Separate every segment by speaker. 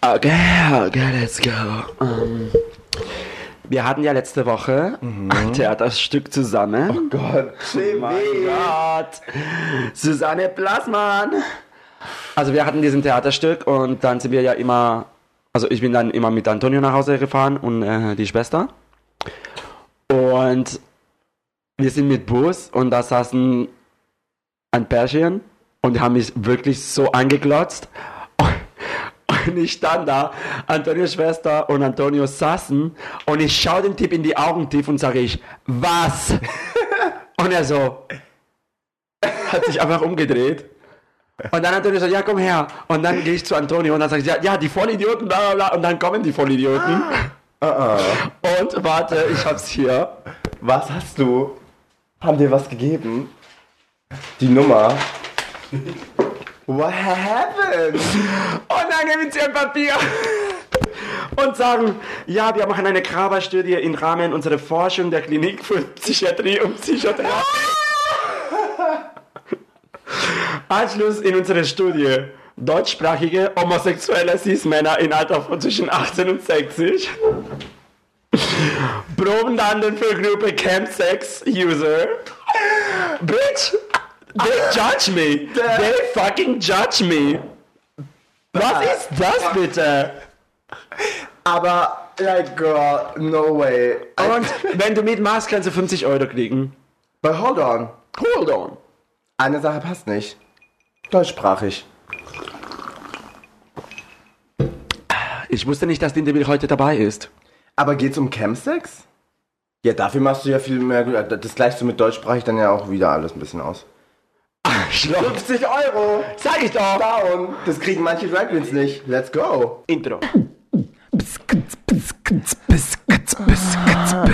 Speaker 1: Okay, okay, let's go. Ähm, wir hatten ja letzte Woche ein Theaterstück zusammen. Oh
Speaker 2: Gott.
Speaker 1: Gott. Susanne Plassmann. Also wir hatten diesen Theaterstück und dann sind wir ja immer, also ich bin dann immer mit Antonio nach Hause gefahren und äh, die Schwester. Und wir sind mit Bus und da saßen ein Pärchen und die haben mich wirklich so angeglotzt. Und ich stand da, Antonios Schwester und Antonio saßen und ich schaue dem Typ in die Augen tief und sage ich, was? und er so, hat sich einfach umgedreht. Und dann Antonio so, ja komm her. Und dann gehe ich zu Antonio und dann sage ich, ja, ja, die Vollidioten, bla bla bla. Und dann kommen die Vollidioten. Und warte, ich hab's hier.
Speaker 2: Was hast du? Haben dir was gegeben? Die Nummer. What happened?
Speaker 1: Und dann geben sie ein Papier und sagen, ja, wir machen eine Kraber-Studie im Rahmen unserer Forschung der Klinik für Psychiatrie und Psychotherapie. Anschluss in unsere Studie. Deutschsprachige homosexuelle Cis-Männer in Alter von zwischen 18 und 60. Probendaten für Gruppe Camp 6 User. Bitch, they judge me. They fucking judge me. Was ist das bitte?
Speaker 2: Aber, like, girl, no way.
Speaker 1: Und wenn du mitmachst, kannst du 50 Euro kriegen.
Speaker 2: But hold on.
Speaker 1: Hold on.
Speaker 2: Eine Sache passt nicht. Deutschsprachig.
Speaker 1: Ich wusste nicht, dass Dindeville heute dabei ist.
Speaker 2: Aber geht's um Chemsex? Ja, dafür machst du ja viel mehr. Das gleichst du mit deutschsprachig dann ja auch wieder alles ein bisschen aus.
Speaker 1: Schlumpf.
Speaker 2: 50 Euro!
Speaker 1: Sag ich doch.
Speaker 2: Down! Das kriegen manche Drag Queens nicht. Let's go!
Speaker 1: Intro.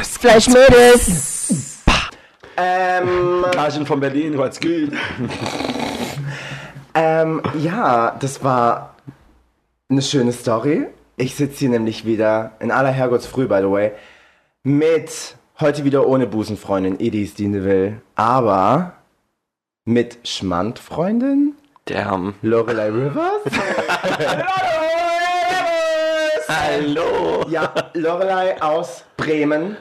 Speaker 3: Fleischmädels.
Speaker 2: Ähm,
Speaker 1: Taschen von Berlin, was geht?
Speaker 2: ähm, ja, das war eine schöne Story. Ich sitze hier nämlich wieder, in aller Herrgottsfrüh, by the way, mit, heute wieder ohne Busenfreundin, Edis Dieneville, aber mit Schmandfreundin,
Speaker 4: Damn.
Speaker 2: Lorelei Rivers.
Speaker 4: Hallo.
Speaker 2: Ja, Lorelei aus Bremen.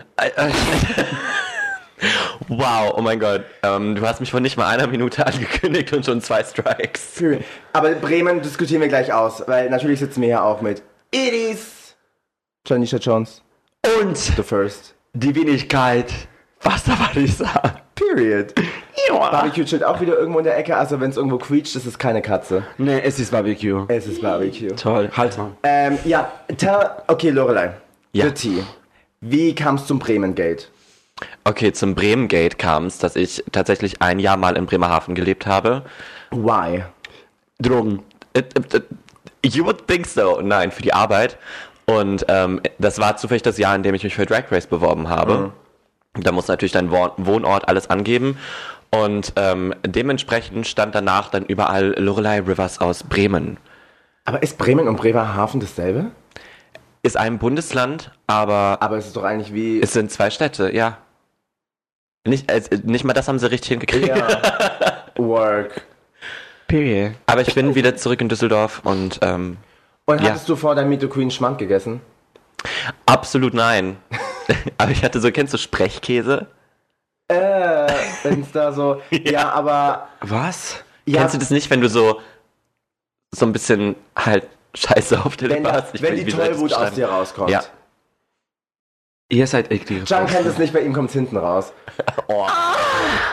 Speaker 4: Wow, oh mein Gott. Ähm, du hast mich vor nicht mal einer Minute angekündigt und schon zwei Strikes.
Speaker 2: Für- Aber Bremen diskutieren wir gleich aus, weil natürlich sitzen wir hier auch mit Edis, Janisha Jones,
Speaker 1: Und
Speaker 2: the first.
Speaker 1: die Wenigkeit. Was da war ich sah.
Speaker 2: Period. Barbecue steht auch wieder irgendwo in der Ecke, also wenn es irgendwo quietscht, ist es keine Katze.
Speaker 1: Nee, es ist Barbecue.
Speaker 2: Es ist Barbecue.
Speaker 1: Toll. Halt mal.
Speaker 2: Ähm, ja, tell, okay, Lorelei.
Speaker 4: Ja.
Speaker 2: The tea. Wie kam es zum Bremen Gate?
Speaker 4: Okay, zum Bremen Gate kam es, dass ich tatsächlich ein Jahr mal in Bremerhaven gelebt habe.
Speaker 2: Why?
Speaker 1: Drogen.
Speaker 4: Äh, äh, äh, You would think so. Nein, für die Arbeit. Und ähm, das war zufällig das Jahr, in dem ich mich für Drag Race beworben habe. Da muss natürlich dein Wohn- Wohnort alles angeben. Und ähm, dementsprechend stand danach dann überall Lorelei Rivers aus Bremen.
Speaker 2: Aber ist Bremen und Bremerhaven dasselbe?
Speaker 4: Ist ein Bundesland, aber
Speaker 2: Aber es ist doch eigentlich wie.
Speaker 4: Es sind zwei Städte, ja. Nicht, äh, nicht mal das haben sie richtig hingekriegt.
Speaker 2: ja. Work.
Speaker 1: Period.
Speaker 4: Aber ich bin wieder zurück in Düsseldorf und ähm,
Speaker 2: Und
Speaker 4: Ja.
Speaker 2: hattest du vor deinem Meet the Queen Schmand gegessen?
Speaker 4: absolut nein. Aber ich hatte so, kennst du Sprechkäse?
Speaker 2: Äh, wenn's da so. ja. aber.
Speaker 1: Was?
Speaker 2: Ja,
Speaker 4: Kennst du das nicht, wenn du so so ein bisschen halt Scheiße auf der
Speaker 2: wenn,
Speaker 4: Lippe hast?
Speaker 2: wenn
Speaker 4: bin-
Speaker 2: die
Speaker 4: wie soll ich
Speaker 2: Tollwut
Speaker 4: das
Speaker 2: aus dir
Speaker 4: beschreiben?
Speaker 2: rauskommt.
Speaker 4: Ja.
Speaker 1: Ihr seid eklig.
Speaker 2: John kennt es nicht, bei ihm kommt's hinten raus. Ah!
Speaker 4: Oh.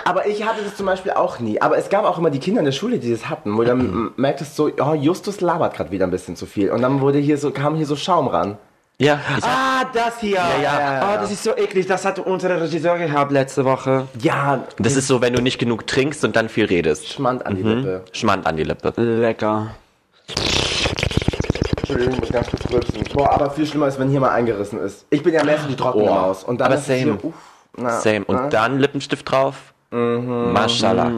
Speaker 2: Aber ich hatte das zum Beispiel auch nie. Aber es gab auch immer die Kinder in der Schule, die das hatten, wo dann m- merktest du, oh, Justus labert gerade wieder ein bisschen zu viel. Und dann wurde hier so, kam hier so Schaum ran.
Speaker 4: Ja, ich hab,
Speaker 1: Ah, das hier. Ja,
Speaker 2: ja.
Speaker 1: Oh, das ist so eklig. Das hat unsere Regisseur gehabt letzte Woche.
Speaker 2: Ja,
Speaker 4: das ist so, wenn du nicht genug trinkst und dann viel redest.
Speaker 2: Schmand an die Lippe.
Speaker 4: Schmand an die Lippe.
Speaker 1: Lecker.
Speaker 2: Entschuldigung, ich muss ganz kurz rülpsen. Boah, aber viel schlimmer ist, wenn hier mal eingerissen ist. Ich bin ja meistens die trockene
Speaker 4: Oh.
Speaker 2: Maus. Und dann
Speaker 4: Aber
Speaker 2: ist es
Speaker 4: same.
Speaker 2: Hier, uff, na,
Speaker 4: Same. Und dann Lippenstift drauf. Mhm. Mashallah.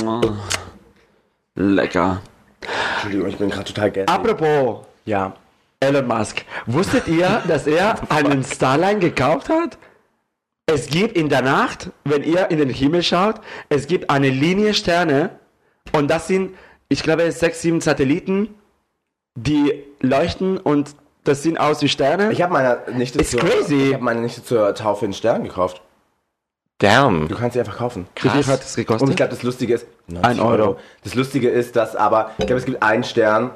Speaker 1: Lecker.
Speaker 2: Entschuldigung, ich bin gerade total gäst.
Speaker 1: Apropos
Speaker 2: Ja.
Speaker 1: Elon Musk. Wusstet ihr, dass er einen Starline gekauft hat? Es gibt in der Nacht, wenn ihr in den Himmel schaut, es gibt eine Linie Sterne und das sind, ich glaube, sechs, sieben Satelliten, die leuchten und das sieht aus wie Sterne.
Speaker 2: Ich habe meiner Nichte
Speaker 1: It's crazy.
Speaker 2: Ich habe meine Nichte zur Taufe in Stern gekauft.
Speaker 4: Damn.
Speaker 2: Du kannst sie einfach kaufen.
Speaker 1: Wie viel hat das gekostet?
Speaker 2: Und ich glaube, das Lustige ist, 90
Speaker 1: Ein Euro.
Speaker 2: Das Lustige ist, dass aber, ich glaube, es gibt einen Stern.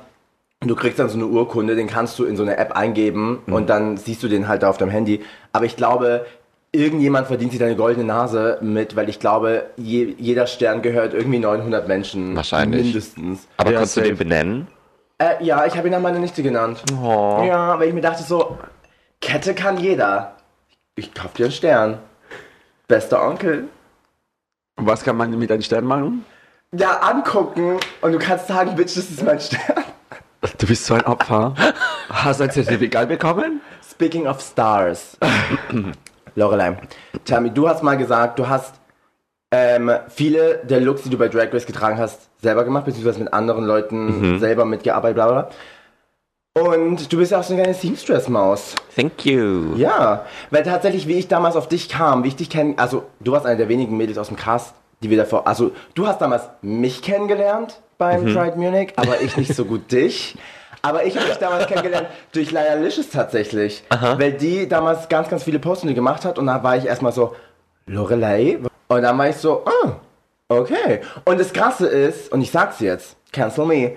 Speaker 2: und Du kriegst dann so eine Urkunde, den kannst du in so eine App eingeben
Speaker 1: Mhm.
Speaker 2: und dann siehst du den halt da auf deinem Handy. Aber ich glaube, irgendjemand verdient sich deine goldene Nase mit, weil ich glaube, je, jeder Stern gehört irgendwie 900 Menschen.
Speaker 4: Wahrscheinlich.
Speaker 2: Mindestens.
Speaker 4: Aber
Speaker 1: Ja,
Speaker 4: kannst du den
Speaker 1: safe.
Speaker 4: benennen?
Speaker 2: Äh, ja, ich habe ihn nach meiner Nichte genannt.
Speaker 4: Oh.
Speaker 2: Ja, weil ich mir dachte so, Kette kann jeder. Ich kauf dir einen Stern. Bester Onkel.
Speaker 1: Was kann man mit einem Stern machen?
Speaker 2: Ja, angucken und du kannst sagen, Bitch, das ist mein Stern.
Speaker 1: Du bist so ein Opfer. Hast du ein Zertifikat bekommen?
Speaker 2: Speaking of Stars. Lorelei. Tammy, du hast mal gesagt, du hast ähm, viele der Looks, die du bei Drag Race getragen hast, selber gemacht, beziehungsweise mit anderen Leuten selber mitgearbeitet, bla bla bla. Und du bist ja auch so eine kleine Seamstress-Maus.
Speaker 4: Thank you.
Speaker 2: Ja, weil tatsächlich, wie ich damals auf dich kam, wie ich dich kenn, also du warst eine der wenigen Mädels aus dem Cast, die wir davor, also du hast damals mich kennengelernt beim
Speaker 1: Mhm.
Speaker 2: Pride Munich, aber ich nicht so gut dich. Aber ich habe dich damals kennengelernt durch Laila Lisches tatsächlich, weil die damals ganz, ganz viele Postings gemacht hat und da war ich erstmal so, Lorelei? Und dann war ich so, ah, okay. Und das Krasse ist, und ich sag's jetzt, cancel me,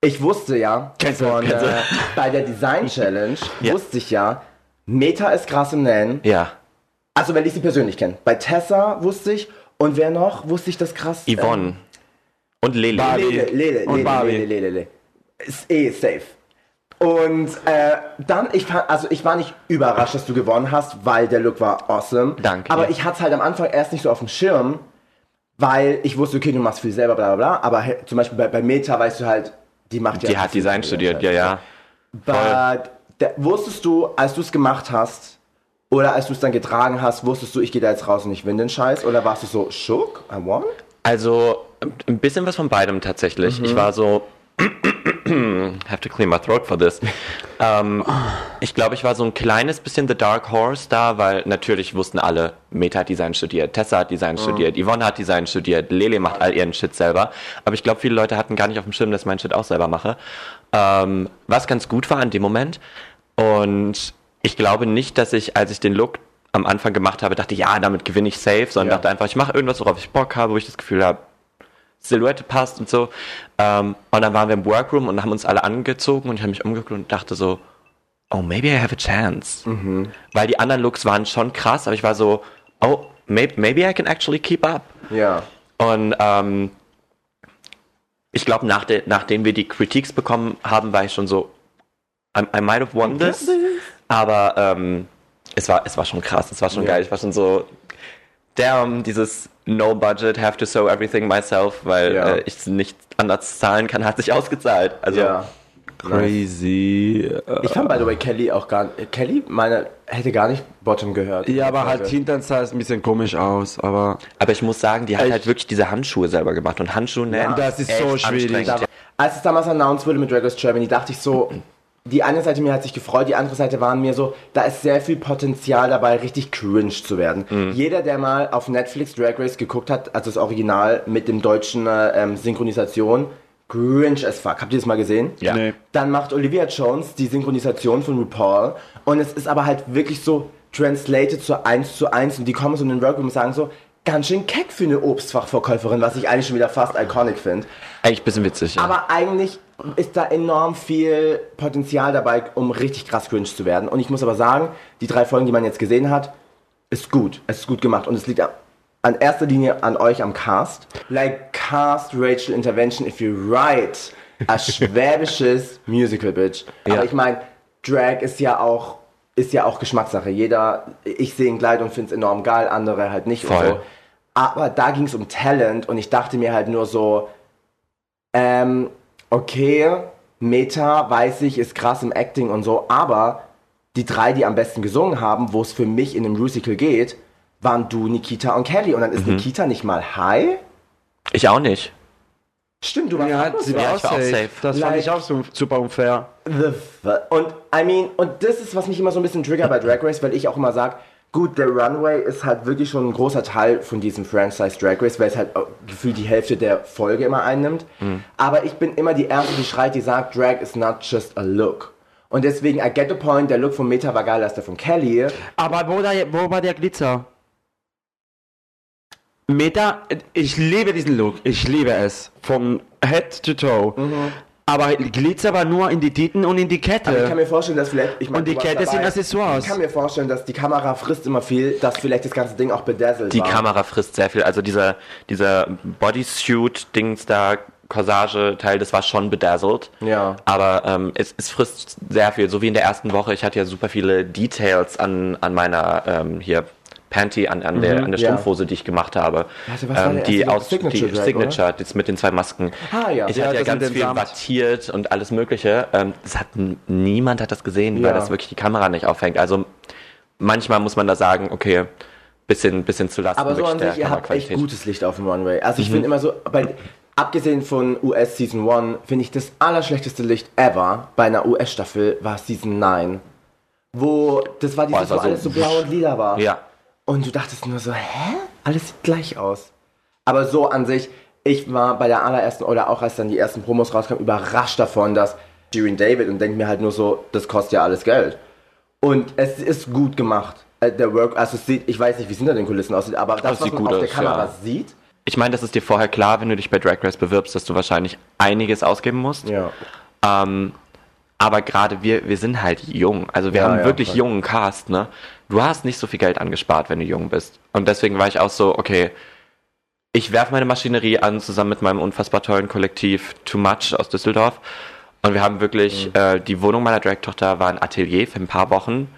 Speaker 2: ich wusste ja,
Speaker 1: Cancel,
Speaker 2: von,
Speaker 1: cancel.
Speaker 2: Äh, bei der Design Challenge wusste ich ja, Meta ist krass im Nähen.
Speaker 4: Ja.
Speaker 2: Also wenn ich sie persönlich kenne. Bei Tessa wusste ich und wer noch wusste ich das krass. ähm,
Speaker 4: Yvonne. Und Lele.
Speaker 1: Barbie.
Speaker 2: Lele, Lele,
Speaker 1: Und
Speaker 2: Lele,
Speaker 1: Barbie.
Speaker 2: Lele, Lele, Lele. Ist eh safe. Und äh, dann, ich fand, also ich war nicht überrascht, dass du gewonnen hast, weil der Look war awesome.
Speaker 4: Danke.
Speaker 2: Aber ich hatte es halt am Anfang erst nicht so auf dem Schirm, weil ich wusste, okay, du machst viel selber, bla bla bla. Aber he- zum Beispiel bei, bei Meta weißt du halt, die macht ja
Speaker 4: Die hat Design studiert, ja, ja.
Speaker 2: But, da, wusstest du, als du es gemacht hast oder als du es dann getragen hast, wusstest du, ich gehe da jetzt raus und ich win den Scheiß? Oder warst du so, schock, I won?
Speaker 4: Also ein bisschen was von beidem tatsächlich. Ich war so, have to clean my throat for this. ähm, ich glaube, ich war so ein kleines bisschen the dark horse da, weil natürlich wussten alle, Meta hat Design studiert, Tessa hat Design studiert, Yvonne hat Design studiert, Lele macht all ihren Shit selber. Aber ich glaube, viele Leute hatten gar nicht auf dem Schirm, dass ich meinen Shit auch selber mache. Ähm, was ganz gut war in dem Moment. Und ich glaube nicht, dass ich, als ich den Look am Anfang gemacht habe, dachte, ja, damit gewinne ich safe, sondern
Speaker 2: Ja.
Speaker 4: dachte einfach, ich mache irgendwas, worauf ich Bock habe, wo ich das Gefühl habe, Silhouette passt und so. Ähm, und dann waren wir im Workroom und haben uns alle angezogen und ich habe mich umgeguckt und dachte so, oh, maybe I have a chance. Weil die anderen Looks waren schon krass, aber ich war so, oh, may maybe I can actually keep up.
Speaker 2: Ja.
Speaker 4: Und ähm, ich glaube, nach de nachdem wir die Critiques bekommen haben, war ich schon so, I, I might have won this. Aber ähm, es, war, es war schon krass, es war schon geil. Ich war schon so, damn, dieses No Budget, have to sew everything myself, weil
Speaker 2: Ja.
Speaker 4: äh, ich es nicht anders zahlen kann, hat sich ausgezahlt. Also,
Speaker 2: Ja.
Speaker 1: Crazy.
Speaker 2: Ich fand, by the way, Kelly auch gar nicht. Kelly, meine, hätte gar nicht Bottom gehört.
Speaker 1: Ja, aber halt
Speaker 2: Folge.
Speaker 1: hintern sah es ein bisschen komisch aus, aber
Speaker 4: Aber ich muss sagen, die hat
Speaker 1: Ich-
Speaker 4: halt wirklich diese Handschuhe selber gemacht und Handschuhe nähen.
Speaker 1: das ist
Speaker 4: echt
Speaker 1: so schwierig.
Speaker 4: anstrengend.
Speaker 1: Da-
Speaker 2: Als es damals announced wurde mit Drag Race Germany, dachte ich so, die eine Seite mir hat sich gefreut, die andere Seite waren mir so, da ist sehr viel Potenzial dabei, richtig cringe zu werden. Jeder, der mal auf Netflix Drag Race geguckt hat, also das Original mit dem deutschen äh, ähm, Synchronisation, cringe as fuck. Habt ihr das mal gesehen?
Speaker 4: Ja.
Speaker 1: Nee.
Speaker 2: Dann macht Olivia Jones die Synchronisation von RuPaul und es ist aber halt wirklich so translated zu 1 zu 1 und die kommen so in den Workroom und sagen so, ganz schön keck für eine Obstfachverkäuferin, was ich eigentlich schon wieder fast iconic finde.
Speaker 4: Eigentlich ein bisschen witzig. Ja.
Speaker 2: Aber eigentlich ist da enorm viel Potenzial dabei, um richtig krass cringe zu werden. Und ich muss aber sagen, die drei Folgen, die man jetzt gesehen hat, ist gut. Es ist gut gemacht. Und es liegt an erster Linie an euch am Cast. Like cast Rachel Intervention if you write a schwäbisches Musical, bitch.
Speaker 4: Ja.
Speaker 2: Aber ich meine, Drag ist ja auch ist ja auch Geschmackssache. Jeder, ich sehe ein Kleid und finde es enorm geil, andere halt nicht. Und
Speaker 4: Voll.
Speaker 2: so. Aber da ging es um Talent und ich dachte mir halt nur so, ähm, okay, Meta, weiß ich, ist krass im Acting und so, aber die drei, die am besten gesungen haben, wo es für mich in dem Musical geht, waren du, Nikita und Kelly. Und dann ist Nikita nicht mal high?
Speaker 4: ich auch nicht.
Speaker 2: Stimmt, du warst
Speaker 1: ja,
Speaker 2: auch
Speaker 1: sie
Speaker 2: so.
Speaker 1: war
Speaker 4: Ja,
Speaker 1: auch
Speaker 4: ich war auch
Speaker 1: safe.
Speaker 4: safe.
Speaker 1: Das fand
Speaker 2: Like-
Speaker 1: ich auch so super unfair.
Speaker 2: The f- und I mean, und das ist, was mich immer so ein bisschen triggert bei Drag Race, weil ich auch immer sage, gut, der Runway ist halt wirklich schon ein großer Teil von diesem Franchise Drag Race, weil es halt auch gefühlt die Hälfte der Folge immer einnimmt. Aber ich bin immer die Erste, die schreit, die sagt, Drag is not just a look. Und deswegen, I get the point, der Look von Meta war geiler als der von Kelly.
Speaker 1: Aber wo, da, wo war der Glitzer? Meta, ich liebe diesen Look, ich liebe es. Von Head to Toe. Aber Glitzer war nur in die Titten und in die
Speaker 2: Aber ich kann
Speaker 1: Kette.
Speaker 2: mir vorstellen, dass vielleicht. Ich mein,
Speaker 1: Und die
Speaker 2: du warst
Speaker 1: Kette sind
Speaker 2: dabei.
Speaker 1: Accessoires.
Speaker 2: Ich kann mir vorstellen, dass die Kamera frisst immer viel, dass vielleicht das ganze Ding auch bedazzelt
Speaker 4: Die
Speaker 2: war.
Speaker 4: Kamera frisst sehr viel. Also dieser, dieser Bodysuit-Dings da, Corsage-Teil, das war schon bedazzled.
Speaker 2: Ja.
Speaker 4: Aber ähm, es, es frisst sehr viel. So wie in der ersten Woche. Ich hatte ja super viele Details an, an meiner ähm, hier Panty, an, an der, an der
Speaker 2: Mhm. ja.
Speaker 4: Strumpfhose, die ich gemacht habe.
Speaker 2: Warte,
Speaker 4: Ähm,
Speaker 2: was war der
Speaker 4: die
Speaker 2: erste Look?
Speaker 4: aus Signature,
Speaker 2: Signature
Speaker 4: die
Speaker 2: Drag,
Speaker 4: Signature jetzt mit den zwei Masken.
Speaker 2: Ah, ja.
Speaker 4: Ich
Speaker 2: Ja,
Speaker 4: hatte ja
Speaker 1: das mit
Speaker 4: ganz
Speaker 1: dem
Speaker 4: viel
Speaker 1: Samt.
Speaker 4: wattiert und alles Mögliche. Ähm, das hat n- niemand hat das gesehen, weil
Speaker 2: Ja.
Speaker 4: das wirklich die Kamera nicht auffängt. Also manchmal muss man da sagen, okay, bisschen, bisschen zu lassen.
Speaker 2: Aber so an
Speaker 4: wirklich
Speaker 2: sich,
Speaker 4: der
Speaker 2: ihr habt echt
Speaker 4: Kameraqualität.
Speaker 2: gutes Licht auf dem Runway. Also ich finde immer so, bei, abgesehen von US Season 1, finde ich das allerschlechteste Licht ever bei einer US-Staffel war Season 9. Wo, das war dieses,
Speaker 4: das war
Speaker 2: wo
Speaker 4: so-
Speaker 2: alles so blau und lila war.
Speaker 4: Ja.
Speaker 2: Und du dachtest nur so, hä? Alles sieht gleich aus. Aber so an sich, ich war bei der allerersten, oder auch als dann die ersten Promos rauskamen, überrascht davon, dass Jiren David und denke mir halt nur so, das kostet ja alles Geld. Und es ist gut gemacht. Äh, Der Work, also es sieht, ich weiß nicht, wie es hinter den Kulissen aussieht, aber das,
Speaker 4: es
Speaker 2: was
Speaker 4: sieht
Speaker 2: man
Speaker 4: gut
Speaker 2: auf der
Speaker 4: aus,
Speaker 2: Kamera
Speaker 4: ja.
Speaker 2: sieht,
Speaker 4: Ich meine, das ist dir vorher klar, wenn du dich bei Drag Race bewirbst, dass du wahrscheinlich einiges ausgeben musst.
Speaker 2: ja.
Speaker 4: Ähm, aber gerade wir, wir sind halt jung. Also wir
Speaker 2: Ja,
Speaker 4: haben
Speaker 2: ja,
Speaker 4: wirklich
Speaker 2: voll.
Speaker 4: jungen Cast, ne? Du hast nicht so viel Geld angespart, wenn du jung bist. Und deswegen war ich auch so, okay, ich werfe meine Maschinerie an, zusammen mit meinem unfassbar tollen Kollektiv Too Much aus Düsseldorf. Und wir haben wirklich,
Speaker 2: Mhm.
Speaker 4: äh, die Wohnung meiner Drag-Tochter war ein Atelier für ein paar Wochen.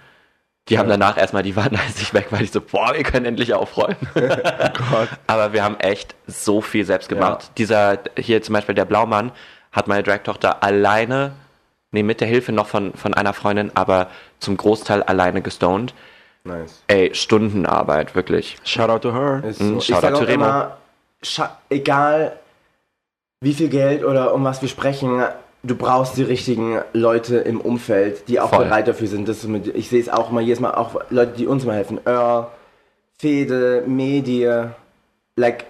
Speaker 4: Die haben danach erstmal die Wand sich weg, weil ich so, boah, wir können endlich aufräumen. Aber wir haben echt so viel selbst gemacht.
Speaker 2: Oh Ja.
Speaker 4: Dieser, hier zum Beispiel der Blaumann, hat meine Drag-Tochter alleine, nee, mit der Hilfe noch von, von einer Freundin, aber zum Großteil alleine gestoned.
Speaker 2: Nice.
Speaker 4: Ey, Stundenarbeit, wirklich.
Speaker 1: Shout out to her.
Speaker 2: Ist
Speaker 4: Mhm,
Speaker 2: so. Ich
Speaker 4: Shoutout
Speaker 2: sage auch
Speaker 4: to Remo.
Speaker 2: immer, scha- egal wie viel Geld oder um was wir sprechen, du brauchst die richtigen Leute im Umfeld, die auch
Speaker 4: Voll.
Speaker 2: bereit dafür sind. Das ist mit, ich sehe es auch mal jedes Mal, auch Leute, die uns mal helfen. Earl, Fede, Medi, like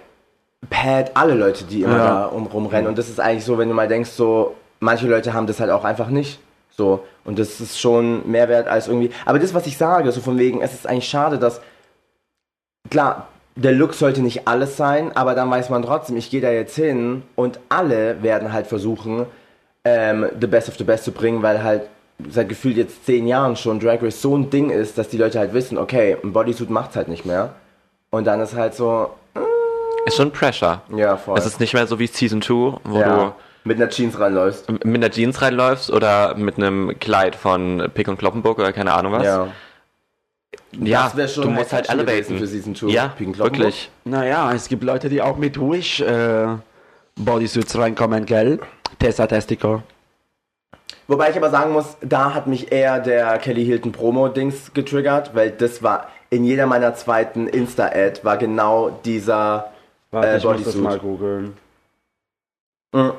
Speaker 2: Pat, alle Leute, die immer
Speaker 1: Ja.
Speaker 2: da um, rumrennen. Und das ist eigentlich so, wenn du mal denkst, so, manche Leute haben das halt auch einfach nicht. So. Und das ist schon mehr wert als irgendwie. Aber das, was ich sage, so von wegen, es ist eigentlich schade, dass klar, der Look sollte nicht alles sein, aber dann weiß man trotzdem, ich gehe da jetzt hin und alle werden halt versuchen, ähm, the best of the best zu bringen, weil halt seit gefühlt jetzt zehn Jahren schon Drag Race so ein Ding ist, dass die Leute halt wissen, okay, ein Bodysuit macht's halt nicht mehr. Und dann ist halt so,
Speaker 4: Ist schon Pressure.
Speaker 2: ja, voll.
Speaker 4: Es ist nicht mehr so wie Season 2, wo
Speaker 2: ja, mit einer Jeans reinläufst.
Speaker 4: du mit einer Jeans reinläufst oder mit einem Kleid von Pick und Kloppenburg oder keine Ahnung was.
Speaker 2: Ja.
Speaker 4: ja
Speaker 2: Das wär schon
Speaker 4: du
Speaker 2: ein
Speaker 4: musst halt
Speaker 2: Action gewesen
Speaker 4: elevaten.
Speaker 2: für Season 2,
Speaker 4: ja,
Speaker 2: Pick und Kloppenburg.
Speaker 4: wirklich.
Speaker 1: Naja, es gibt Leute, die auch mit Wish äh, Bodysuits reinkommen, gell? Tessa Testico.
Speaker 2: Wobei ich aber sagen muss, da hat mich eher der Kelly Hilton Promo-Dings getriggert, weil das war in jeder meiner zweiten Insta-Ad war genau dieser
Speaker 1: Warte,
Speaker 2: Äh, ich muss das Bodysuit. mal
Speaker 1: googeln.
Speaker 2: mm,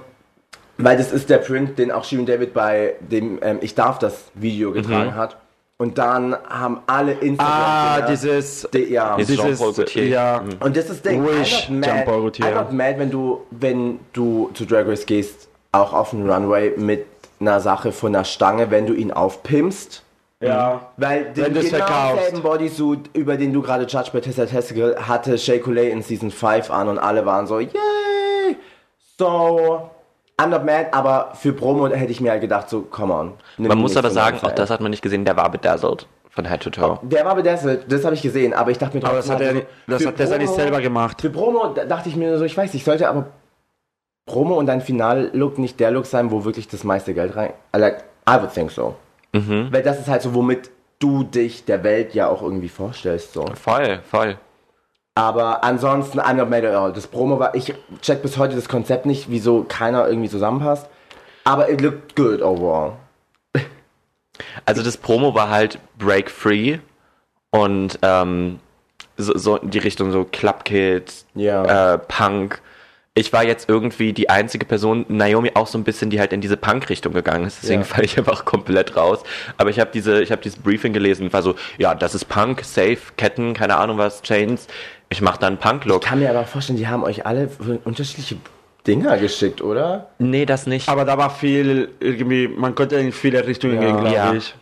Speaker 2: Weil das ist der Print, den auch Shirin David bei dem ähm, Ich darf das Video getragen hat. Und dann haben alle Instagram.
Speaker 1: Mhm. Ah, dieses.
Speaker 2: Die, ja.
Speaker 4: Dieses-
Speaker 1: dieses
Speaker 4: Jean-Paul Gaultier.
Speaker 1: ja,
Speaker 4: Mhm.
Speaker 2: und das ist Ding.
Speaker 1: Wish,
Speaker 2: I'm not mad,
Speaker 1: Jean-Paul Gaultier.
Speaker 2: I'm not mad, wenn du, wenn du zu Drag Race gehst, auch auf den Runway mit einer Sache von einer Stange, wenn du ihn aufpimpst.
Speaker 1: ja.
Speaker 2: Weil den
Speaker 1: Wenn du's
Speaker 2: genau
Speaker 1: verkaufst.
Speaker 2: selben Bodysuit, über den du gerade Judge bei Tessa Testicle hatte Shay Coulee in Season 5 an und alle waren so, yay! So, I'm not mad, aber für Promo hätte ich mir halt gedacht, so, come on. nimm
Speaker 4: Man
Speaker 2: die
Speaker 4: muss
Speaker 2: nächste
Speaker 4: aber sagen,
Speaker 2: Nummer,
Speaker 4: auch das hat man nicht gesehen, der war bedazzled von Head to Toe.
Speaker 2: Der war bedazzled, das habe ich gesehen, aber ich dachte mir
Speaker 1: Aber das hat, er,
Speaker 2: also,
Speaker 1: das
Speaker 2: für
Speaker 1: hat Tessa nicht
Speaker 2: Promo-
Speaker 1: selber gemacht.
Speaker 2: Für Promo da- dachte ich mir nur so, ich weiß, ich sollte aber Promo und dein Final-Look nicht der Look sein, wo wirklich das meiste Geld rein. Like, I would think so.
Speaker 4: Mhm.
Speaker 2: Weil das ist halt so, womit du dich der Welt ja auch irgendwie vorstellst, so.
Speaker 4: Voll, voll.
Speaker 2: Aber ansonsten, I'm not made at all. Das Promo war, ich check bis heute das Konzept nicht, wieso keiner irgendwie zusammenpasst. Aber it looked good overall.
Speaker 4: Also das Promo war halt Break Free und ähm, so, so in die Richtung so Club Kid,
Speaker 2: Ja.
Speaker 4: äh, Punk. Ich war jetzt irgendwie die einzige Person, Naomi auch so ein bisschen, die halt in diese Punk-Richtung gegangen ist. Deswegen
Speaker 2: Ja.
Speaker 4: fall ich einfach komplett raus. Aber ich habe diese, ich habe dieses Briefing gelesen und war so, ja, das ist Punk, Safe, Ketten, keine Ahnung was, Chains. Ich mache da einen Punk-Look.
Speaker 2: Kann mir aber vorstellen, die haben euch alle für unterschiedliche Dinger geschickt, oder?
Speaker 4: Nee, das nicht.
Speaker 1: Aber da war viel, irgendwie, man konnte in viele Richtungen
Speaker 2: Ja.
Speaker 1: gehen, glaube
Speaker 4: Ja.
Speaker 1: ich.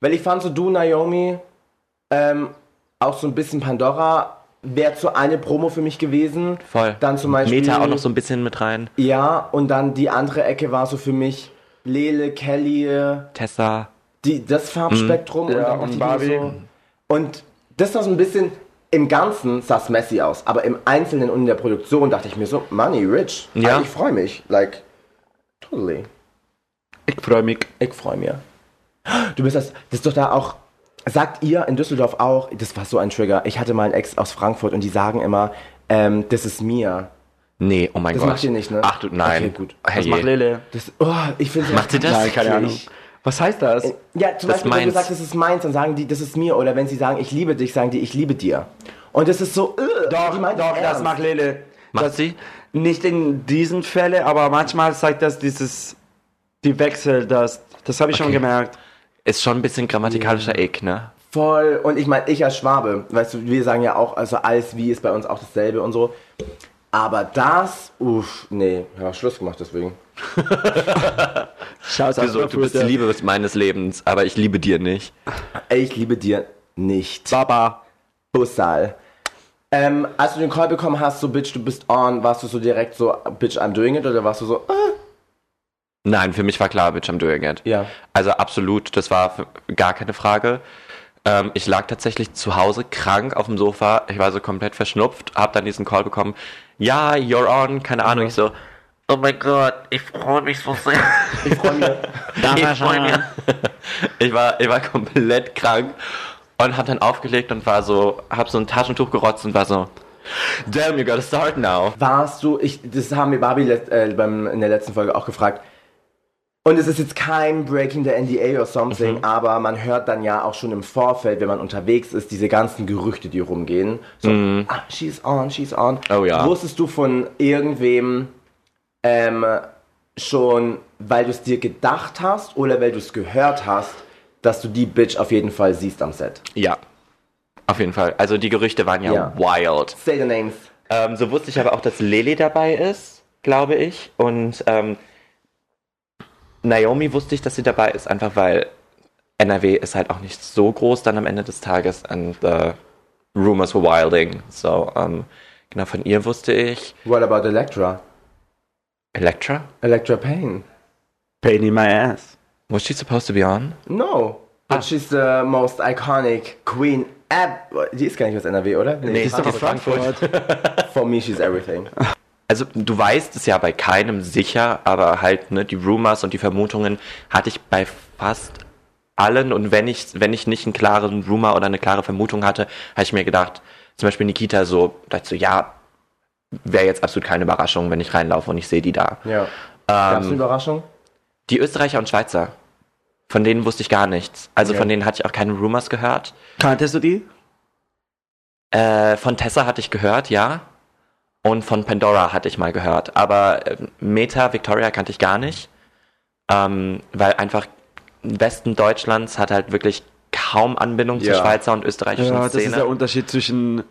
Speaker 2: Weil ich fand so du, Naomi, ähm, auch so ein bisschen Pandora, wäre so eine Promo für mich gewesen.
Speaker 4: Voll.
Speaker 2: Dann zum Beispiel.
Speaker 4: Meta auch noch so ein bisschen mit rein.
Speaker 2: Ja, und dann die andere Ecke war so für mich Lele, Kelly,
Speaker 4: Tessa.
Speaker 2: die, das Farbspektrum und,
Speaker 1: Mhm. Ja,
Speaker 2: dann
Speaker 1: und
Speaker 2: dachte ich mir
Speaker 1: Barbie.
Speaker 2: So, und das war so ein bisschen, im Ganzen sah es messy aus, aber im Einzelnen und in der Produktion dachte ich mir so, money, rich.
Speaker 4: Ja.
Speaker 2: Ah, Ich freue mich, like, totally.
Speaker 1: Ich freue mich.
Speaker 2: Ich freue mich. Du bist das, das ist doch da auch, sagt ihr in Düsseldorf auch, das war so ein Trigger, ich hatte mal einen Ex aus Frankfurt und die sagen immer, ähm, das ist mir.
Speaker 4: Nee, oh mein
Speaker 2: Das
Speaker 4: Gott.
Speaker 2: macht ihr nicht, ne?
Speaker 4: Ach du, nein.
Speaker 2: Okay, gut.
Speaker 4: Hey,
Speaker 1: Was macht Lele?
Speaker 2: Das, oh, ich finde
Speaker 4: Macht sie das? Äh,
Speaker 1: Nein, keine Ahnung.
Speaker 2: Wirklich?
Speaker 1: Was heißt das?
Speaker 2: Ja, zum
Speaker 4: Das
Speaker 2: Beispiel, wenn du
Speaker 4: meins.
Speaker 2: sagst, das ist meins, dann sagen die, das ist mir. Oder wenn sie sagen, ich liebe dich, sagen die, ich liebe dir. Und das ist so, äh,
Speaker 1: Doch,
Speaker 2: die meint
Speaker 1: doch, das
Speaker 2: ernst.
Speaker 1: macht Lele.
Speaker 4: Macht
Speaker 1: das,
Speaker 4: sie?
Speaker 1: Nicht in diesen Fällen, aber manchmal zeigt das dieses, die Wechsel, das, das habe ich schon
Speaker 4: Okay.
Speaker 1: gemerkt.
Speaker 4: Ist schon ein bisschen grammatikalischer Eck, ne?
Speaker 2: Voll. Und ich meine, ich als Schwabe, weißt du, wir sagen ja auch, also alles wie ist bei uns auch dasselbe und so. Aber das, uff, nee, ja, Schluss gemacht deswegen.
Speaker 1: Schau,
Speaker 4: Also, du bist die Liebe meines Lebens, aber ich liebe dir nicht.
Speaker 2: Ey, ich liebe dir nicht.
Speaker 1: Baba.
Speaker 2: Bussal. Ähm, als du den Call bekommen hast, so, Bitch, du bist on, warst du so direkt so, Bitch, I'm doing it? Oder warst du so, äh,
Speaker 4: Nein, für mich war klar, Bitch, I'm doing it.
Speaker 2: Ja.
Speaker 4: Also absolut, das war für- gar keine Frage. Ähm, ich lag tatsächlich zu Hause krank auf dem Sofa. Ich war so komplett verschnupft, hab dann diesen Call bekommen. Ja, you're on, keine Ahnung. Ich so,
Speaker 5: Oh mein Gott, ich freue mich so sehr.
Speaker 2: ich freue mich.
Speaker 5: Ich freue mich.
Speaker 4: ich war, ich war komplett krank und hab dann aufgelegt und war so, hab so ein Taschentuch gerotzt und war so, damn, you gotta start now.
Speaker 2: warst du, ich, das haben wir Barbie let, äh, beim, in der letzten Folge auch gefragt. Und es ist jetzt kein Breaking the NDA or something, aber man hört dann ja auch schon im Vorfeld, wenn man unterwegs ist, diese ganzen Gerüchte, die rumgehen. So, ah, she's on, she's on.
Speaker 4: Oh ja.
Speaker 2: Wusstest du von irgendwem ähm, schon, weil du es dir gedacht hast oder weil du es gehört hast, dass du die Bitch auf jeden Fall siehst am Set?
Speaker 4: Ja, auf jeden Fall. Also die Gerüchte waren ja.
Speaker 2: Ja.
Speaker 4: wild.
Speaker 2: Say the names.
Speaker 4: Ähm, so wusste ich aber auch, dass Lele dabei ist, glaube ich. Und ähm, Naomi wusste ich, dass sie dabei ist, einfach weil NRW ist halt auch nicht so groß dann am Ende des Tages. And the rumors were wilding. So, ähm, genau, von ihr wusste ich.
Speaker 2: What about Electra?
Speaker 4: Electra?
Speaker 2: Electra Payne.
Speaker 1: Pain in my ass.
Speaker 4: Was she supposed to be on?
Speaker 2: No. But she's the most iconic queen ever. Die ist gar nicht aus NRW, oder? Nee,
Speaker 4: die
Speaker 2: die ist
Speaker 4: ist doch aus
Speaker 2: For me, she's everything.
Speaker 4: Also du weißt es ja bei keinem sicher, aber halt ne, die Rumors und die Vermutungen hatte ich bei fast allen und wenn ich wenn ich nicht einen klaren Rumor oder eine klare Vermutung hatte, habe ich mir gedacht, zum Beispiel Nikita so dazu ja wäre jetzt absolut keine Überraschung, wenn ich reinlaufe und ich sehe die da.
Speaker 2: Ja. Gab's eine Überraschung?
Speaker 4: Die Österreicher und Schweizer, von denen wusste ich gar nichts. Also
Speaker 2: Okay.
Speaker 4: von denen hatte ich auch keine Rumors gehört.
Speaker 1: Kanntest du die?
Speaker 4: Äh, von Tessa hatte ich gehört, ja. Und von Pandora hatte ich mal gehört. Aber ähm, Meta Victoria kannte ich gar nicht. Ähm, weil einfach im Westen Deutschlands hat halt wirklich kaum Anbindung zur
Speaker 2: Ja.
Speaker 4: Schweizer und österreichischen
Speaker 1: Ja, das ist der
Speaker 4: Szene.
Speaker 1: Unterschied zwischen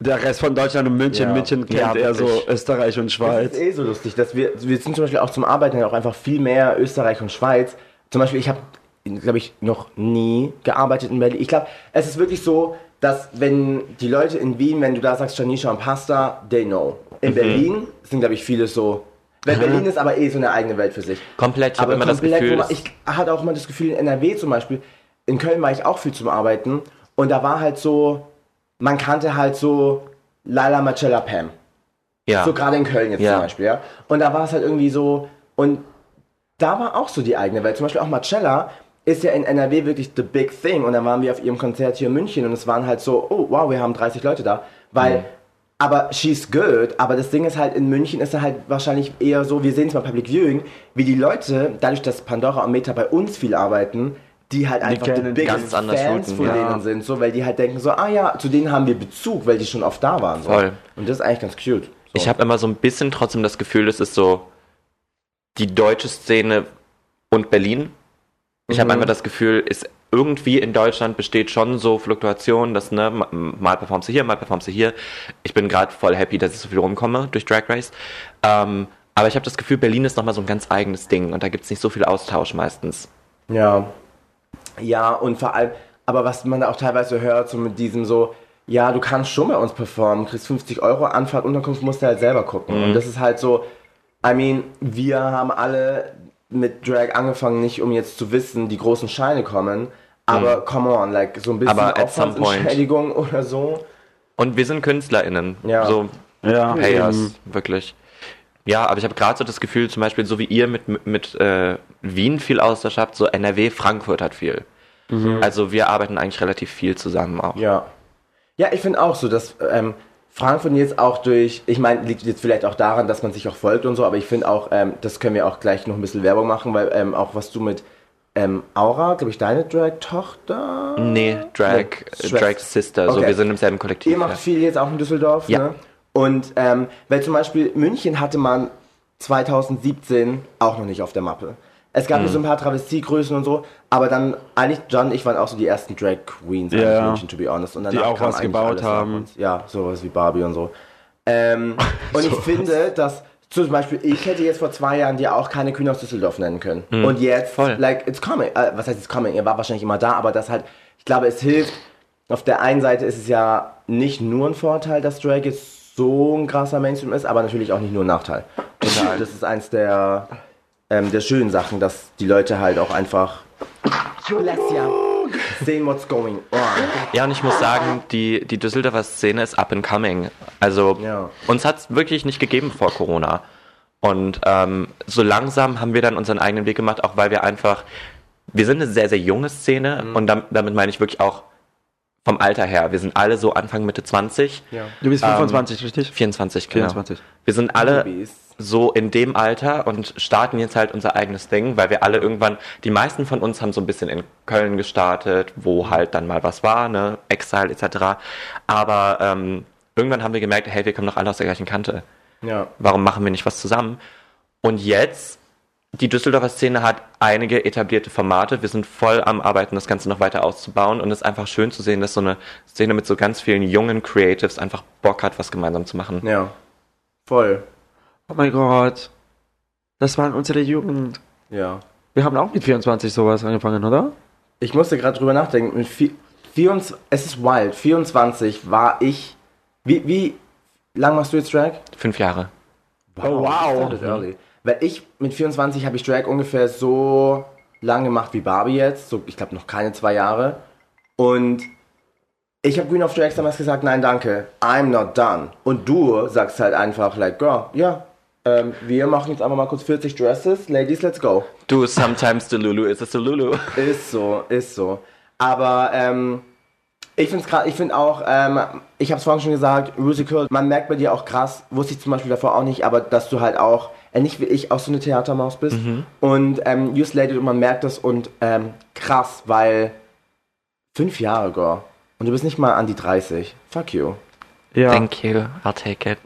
Speaker 1: der Rest von Deutschland und München.
Speaker 2: Ja.
Speaker 1: München kennt
Speaker 4: Ja,
Speaker 1: eher so
Speaker 4: wirklich.
Speaker 1: Österreich und
Speaker 2: Das
Speaker 1: Schweiz.
Speaker 2: ist eh so lustig, dass wir, wir sind zum Beispiel auch zum Arbeiten ja auch einfach viel mehr Österreich und Schweiz. Zum Beispiel, ich habe, glaube ich, noch nie gearbeitet in Berlin. Ich glaube, es ist wirklich so, dass wenn die Leute in Wien, wenn du da sagst Janisha und Pasta, they know. In Berlin sind, glaube ich, viele so. Weil Berlin ist aber eh so eine eigene Welt für sich.
Speaker 4: Komplett, ich habe
Speaker 2: aber
Speaker 4: immer das
Speaker 2: komplett,
Speaker 4: Gefühl.
Speaker 2: wo man,
Speaker 4: dass-
Speaker 2: ich hatte auch immer das Gefühl in NRW zum Beispiel, in Köln war ich auch viel zum Arbeiten und da war halt so, man kannte halt so Lala Marcella Pam.
Speaker 4: ja.
Speaker 2: So gerade in Köln jetzt
Speaker 4: Ja.
Speaker 2: zum Beispiel, ja. Und da war es halt irgendwie so, und da war auch so die eigene Welt. Zum Beispiel auch Marcella ist ja in NRW wirklich the big thing. Und dann waren wir auf ihrem Konzert hier in München und es waren halt so, oh wow, wir haben 30 Leute da.
Speaker 4: Mhm.
Speaker 2: Weil, aber she's good, aber das Ding ist halt, in München ist er halt wahrscheinlich eher so, wir sehen es mal Public Viewing, wie die Leute, dadurch, dass Pandora und Meta bei uns viel arbeiten, die halt einfach die
Speaker 1: kennen
Speaker 2: biggest
Speaker 4: ganz anders
Speaker 2: Fans
Speaker 4: shooten,
Speaker 2: von
Speaker 4: ja.
Speaker 2: denen sind, so, weil die halt denken so, ah ja, zu denen haben wir Bezug, weil die schon oft da waren. So.
Speaker 4: Voll.
Speaker 2: Und das ist eigentlich ganz cute. So.
Speaker 4: Ich habe immer so ein bisschen trotzdem das Gefühl, es ist so die deutsche Szene und Berlin. Ich habe einfach das Gefühl, ist irgendwie in Deutschland besteht schon so Fluktuation, dass ne, ma- mal performst du hier, mal performst du hier. Ich bin gerade voll happy, dass ich so viel rumkomme durch Drag Race. Ähm, Aber ich habe das Gefühl, Berlin ist nochmal so ein ganz eigenes Ding und da gibt es nicht so viel Austausch meistens.
Speaker 2: Ja. Ja, und vor allem, aber was man da auch teilweise hört, so mit diesem so, ja, du kannst schon bei uns performen, kriegst 50 Euro, Anfahrt, Unterkunft, musst du halt selber gucken.
Speaker 4: Mhm.
Speaker 2: Und das ist halt so, I mean, wir haben alle mit Drag angefangen, nicht um jetzt zu wissen, die großen Scheine kommen, aber come on, like so ein bisschen
Speaker 4: Mhm. Aber at some point.
Speaker 2: Aufwandsentschädigung oder so.
Speaker 4: Und wir sind KünstlerInnen.
Speaker 2: Ja.
Speaker 4: So
Speaker 1: Ja,
Speaker 4: Payers,
Speaker 1: eben.
Speaker 4: wirklich. Ja, aber ich habe gerade so das Gefühl, zum Beispiel, so wie ihr mit, mit äh, Wien viel Austausch habt, so NRW, Frankfurt hat viel. Also wir arbeiten eigentlich relativ viel zusammen auch.
Speaker 2: Mhm. Ja. Ja, ich finde auch so, dass ähm, Frankfurt jetzt auch durch, ich meine, liegt jetzt vielleicht auch daran, dass man sich auch folgt und so, aber ich finde auch, ähm, das können wir auch gleich noch ein bisschen Werbung machen, weil ähm, auch was du mit ähm, Aura, glaube ich, deine Drag-Tochter.
Speaker 4: Nee, Drag,
Speaker 2: Nee,
Speaker 4: Drag Sister, so
Speaker 2: Okay.
Speaker 4: wir sind im selben Kollektiv.
Speaker 2: Ihr macht
Speaker 4: ja.
Speaker 2: viel jetzt auch in Düsseldorf,
Speaker 4: Ja.
Speaker 2: ne? Und ähm, weil zum Beispiel München hatte man 2017 auch noch nicht auf der Mappe. Es gab nur so ein paar Travestiegrößen und so, aber dann eigentlich John und ich waren auch so die ersten Drag Queens
Speaker 1: Ja,
Speaker 2: eigentlich in
Speaker 1: ja.
Speaker 2: München, to be honest. Und
Speaker 1: Die
Speaker 2: danach
Speaker 1: auch
Speaker 2: kam
Speaker 1: was
Speaker 2: eigentlich
Speaker 1: gebaut
Speaker 2: alles nach
Speaker 1: haben.
Speaker 2: uns. Ja, sowas wie Barbie und so. Ähm, und ich finde, dass zum Beispiel ich hätte jetzt vor zwei Jahren dir auch keine Kühne aus Düsseldorf nennen können.
Speaker 1: Hm.
Speaker 2: Und jetzt,
Speaker 4: Voll.
Speaker 2: like, it's coming. Äh, was heißt it's coming? Ihr war wahrscheinlich immer da, aber das halt, ich glaube, es hilft. Auf der einen Seite ist es ja nicht nur ein Vorteil, dass Drag jetzt so ein krasser Mainstream ist, aber natürlich auch nicht nur ein Nachteil. Und das ist eins der, ähm, der schönen Sachen, dass die Leute halt auch einfach Alexia, sehen, what's going on.
Speaker 4: Ja, und ich muss sagen, die, die Düsseldorfer Szene ist up and coming. Also
Speaker 2: Ja.
Speaker 4: uns hat's wirklich nicht gegeben vor Corona. Und ähm, so langsam haben wir dann unseren eigenen Weg gemacht, auch weil wir einfach, wir sind eine sehr, sehr junge Szene und damit, damit meine ich wirklich auch vom Alter her. Wir sind alle so Anfang, Mitte 20,
Speaker 1: Du bist 25, richtig?
Speaker 4: 24, genau.
Speaker 1: 24.
Speaker 4: Wir sind alle
Speaker 2: Babys.
Speaker 4: so in dem Alter und starten jetzt halt unser eigenes Ding, weil wir alle irgendwann, die meisten von uns haben so ein bisschen in Köln gestartet, wo halt dann mal was war, ne, Exile etc. Aber ähm, irgendwann haben wir gemerkt, hey, wir kommen doch alle aus der gleichen Kante.
Speaker 2: Ja.
Speaker 4: Warum machen wir nicht was zusammen? Und jetzt, die Düsseldorfer Szene hat einige etablierte Formate. Wir sind voll am Arbeiten, das Ganze noch weiter auszubauen. Und es ist einfach schön zu sehen, dass so eine Szene mit so ganz vielen jungen Creatives einfach Bock hat, was gemeinsam zu machen.
Speaker 2: Ja. Voll.
Speaker 1: Oh mein Gott. Das waren unsere Jugend.
Speaker 2: Ja.
Speaker 1: Wir haben auch mit 24 sowas angefangen, oder?
Speaker 2: Ich musste gerade drüber nachdenken. Mit vi- 24, es ist wild. 24 war ich. Wie, wie lang machst du jetzt Drag?
Speaker 4: Fünf Jahre.
Speaker 2: Oh, wow. Early. Weil ich mit 24 habe ich Drag ungefähr so lang gemacht wie Barbie jetzt. So, ich glaube, noch keine zwei Jahre. Und ich habe Green of Drags damals gesagt, nein, danke. I'm not done. Und du sagst halt einfach, like, girl, ja, ähm, wir machen jetzt einfach mal kurz 40 Dresses. Ladies, let's go.
Speaker 4: Du, sometimes the Lulu is a Lulu.
Speaker 2: Ist so, ist so. Aber ähm, ich finde es krass, ich finde auch, ähm, ich habe es vorhin schon gesagt, Musical, man merkt bei dir auch krass, wusste ich zum Beispiel davor auch nicht, aber dass du halt auch, äh, nicht wie ich, auch so eine Theatermaus bist. Und ähm, you slayed it und man merkt das und ähm, krass, weil fünf Jahre, girl. Und du bist nicht mal an die 30. Fuck you.
Speaker 1: Ja.
Speaker 4: Thank you, I'll take it.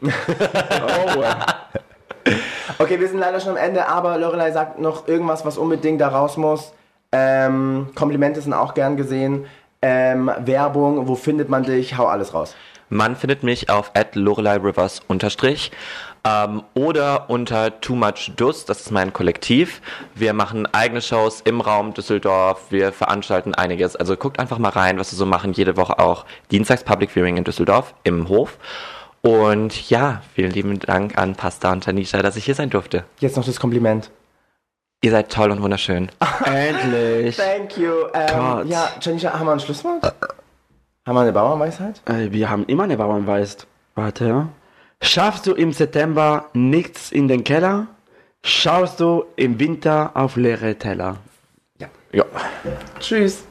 Speaker 2: Okay, wir sind leider schon am Ende, aber Lorelei sagt noch irgendwas, was unbedingt da raus muss. Ähm, Komplimente sind auch gern gesehen. Ähm, Werbung, wo findet man dich? Hau alles raus.
Speaker 4: Man findet mich auf at Rivers unterstrich ähm, oder unter Too Much Dus, das ist mein Kollektiv. Wir machen eigene Shows im Raum Düsseldorf, wir veranstalten einiges. Also guckt einfach mal rein, was wir so machen. Jede Woche auch Dienstags Public Viewing in Düsseldorf im Hof. Und ja, vielen lieben Dank an Pasta und Tanisha, dass ich hier sein durfte.
Speaker 2: Jetzt noch das Kompliment.
Speaker 4: Ihr seid toll und wunderschön.
Speaker 1: Endlich.
Speaker 2: Thank you. Ähm,
Speaker 1: Gott.
Speaker 2: ja, Janisha, haben wir ein Schlusswort? Äh, Haben wir eine Bauernweisheit?
Speaker 1: Äh, wir haben immer eine Bauernweist. Warte, ja. Schaffst du im September nichts in den Keller, schaust du im Winter auf leere Teller.
Speaker 4: Ja.
Speaker 2: Tschüss.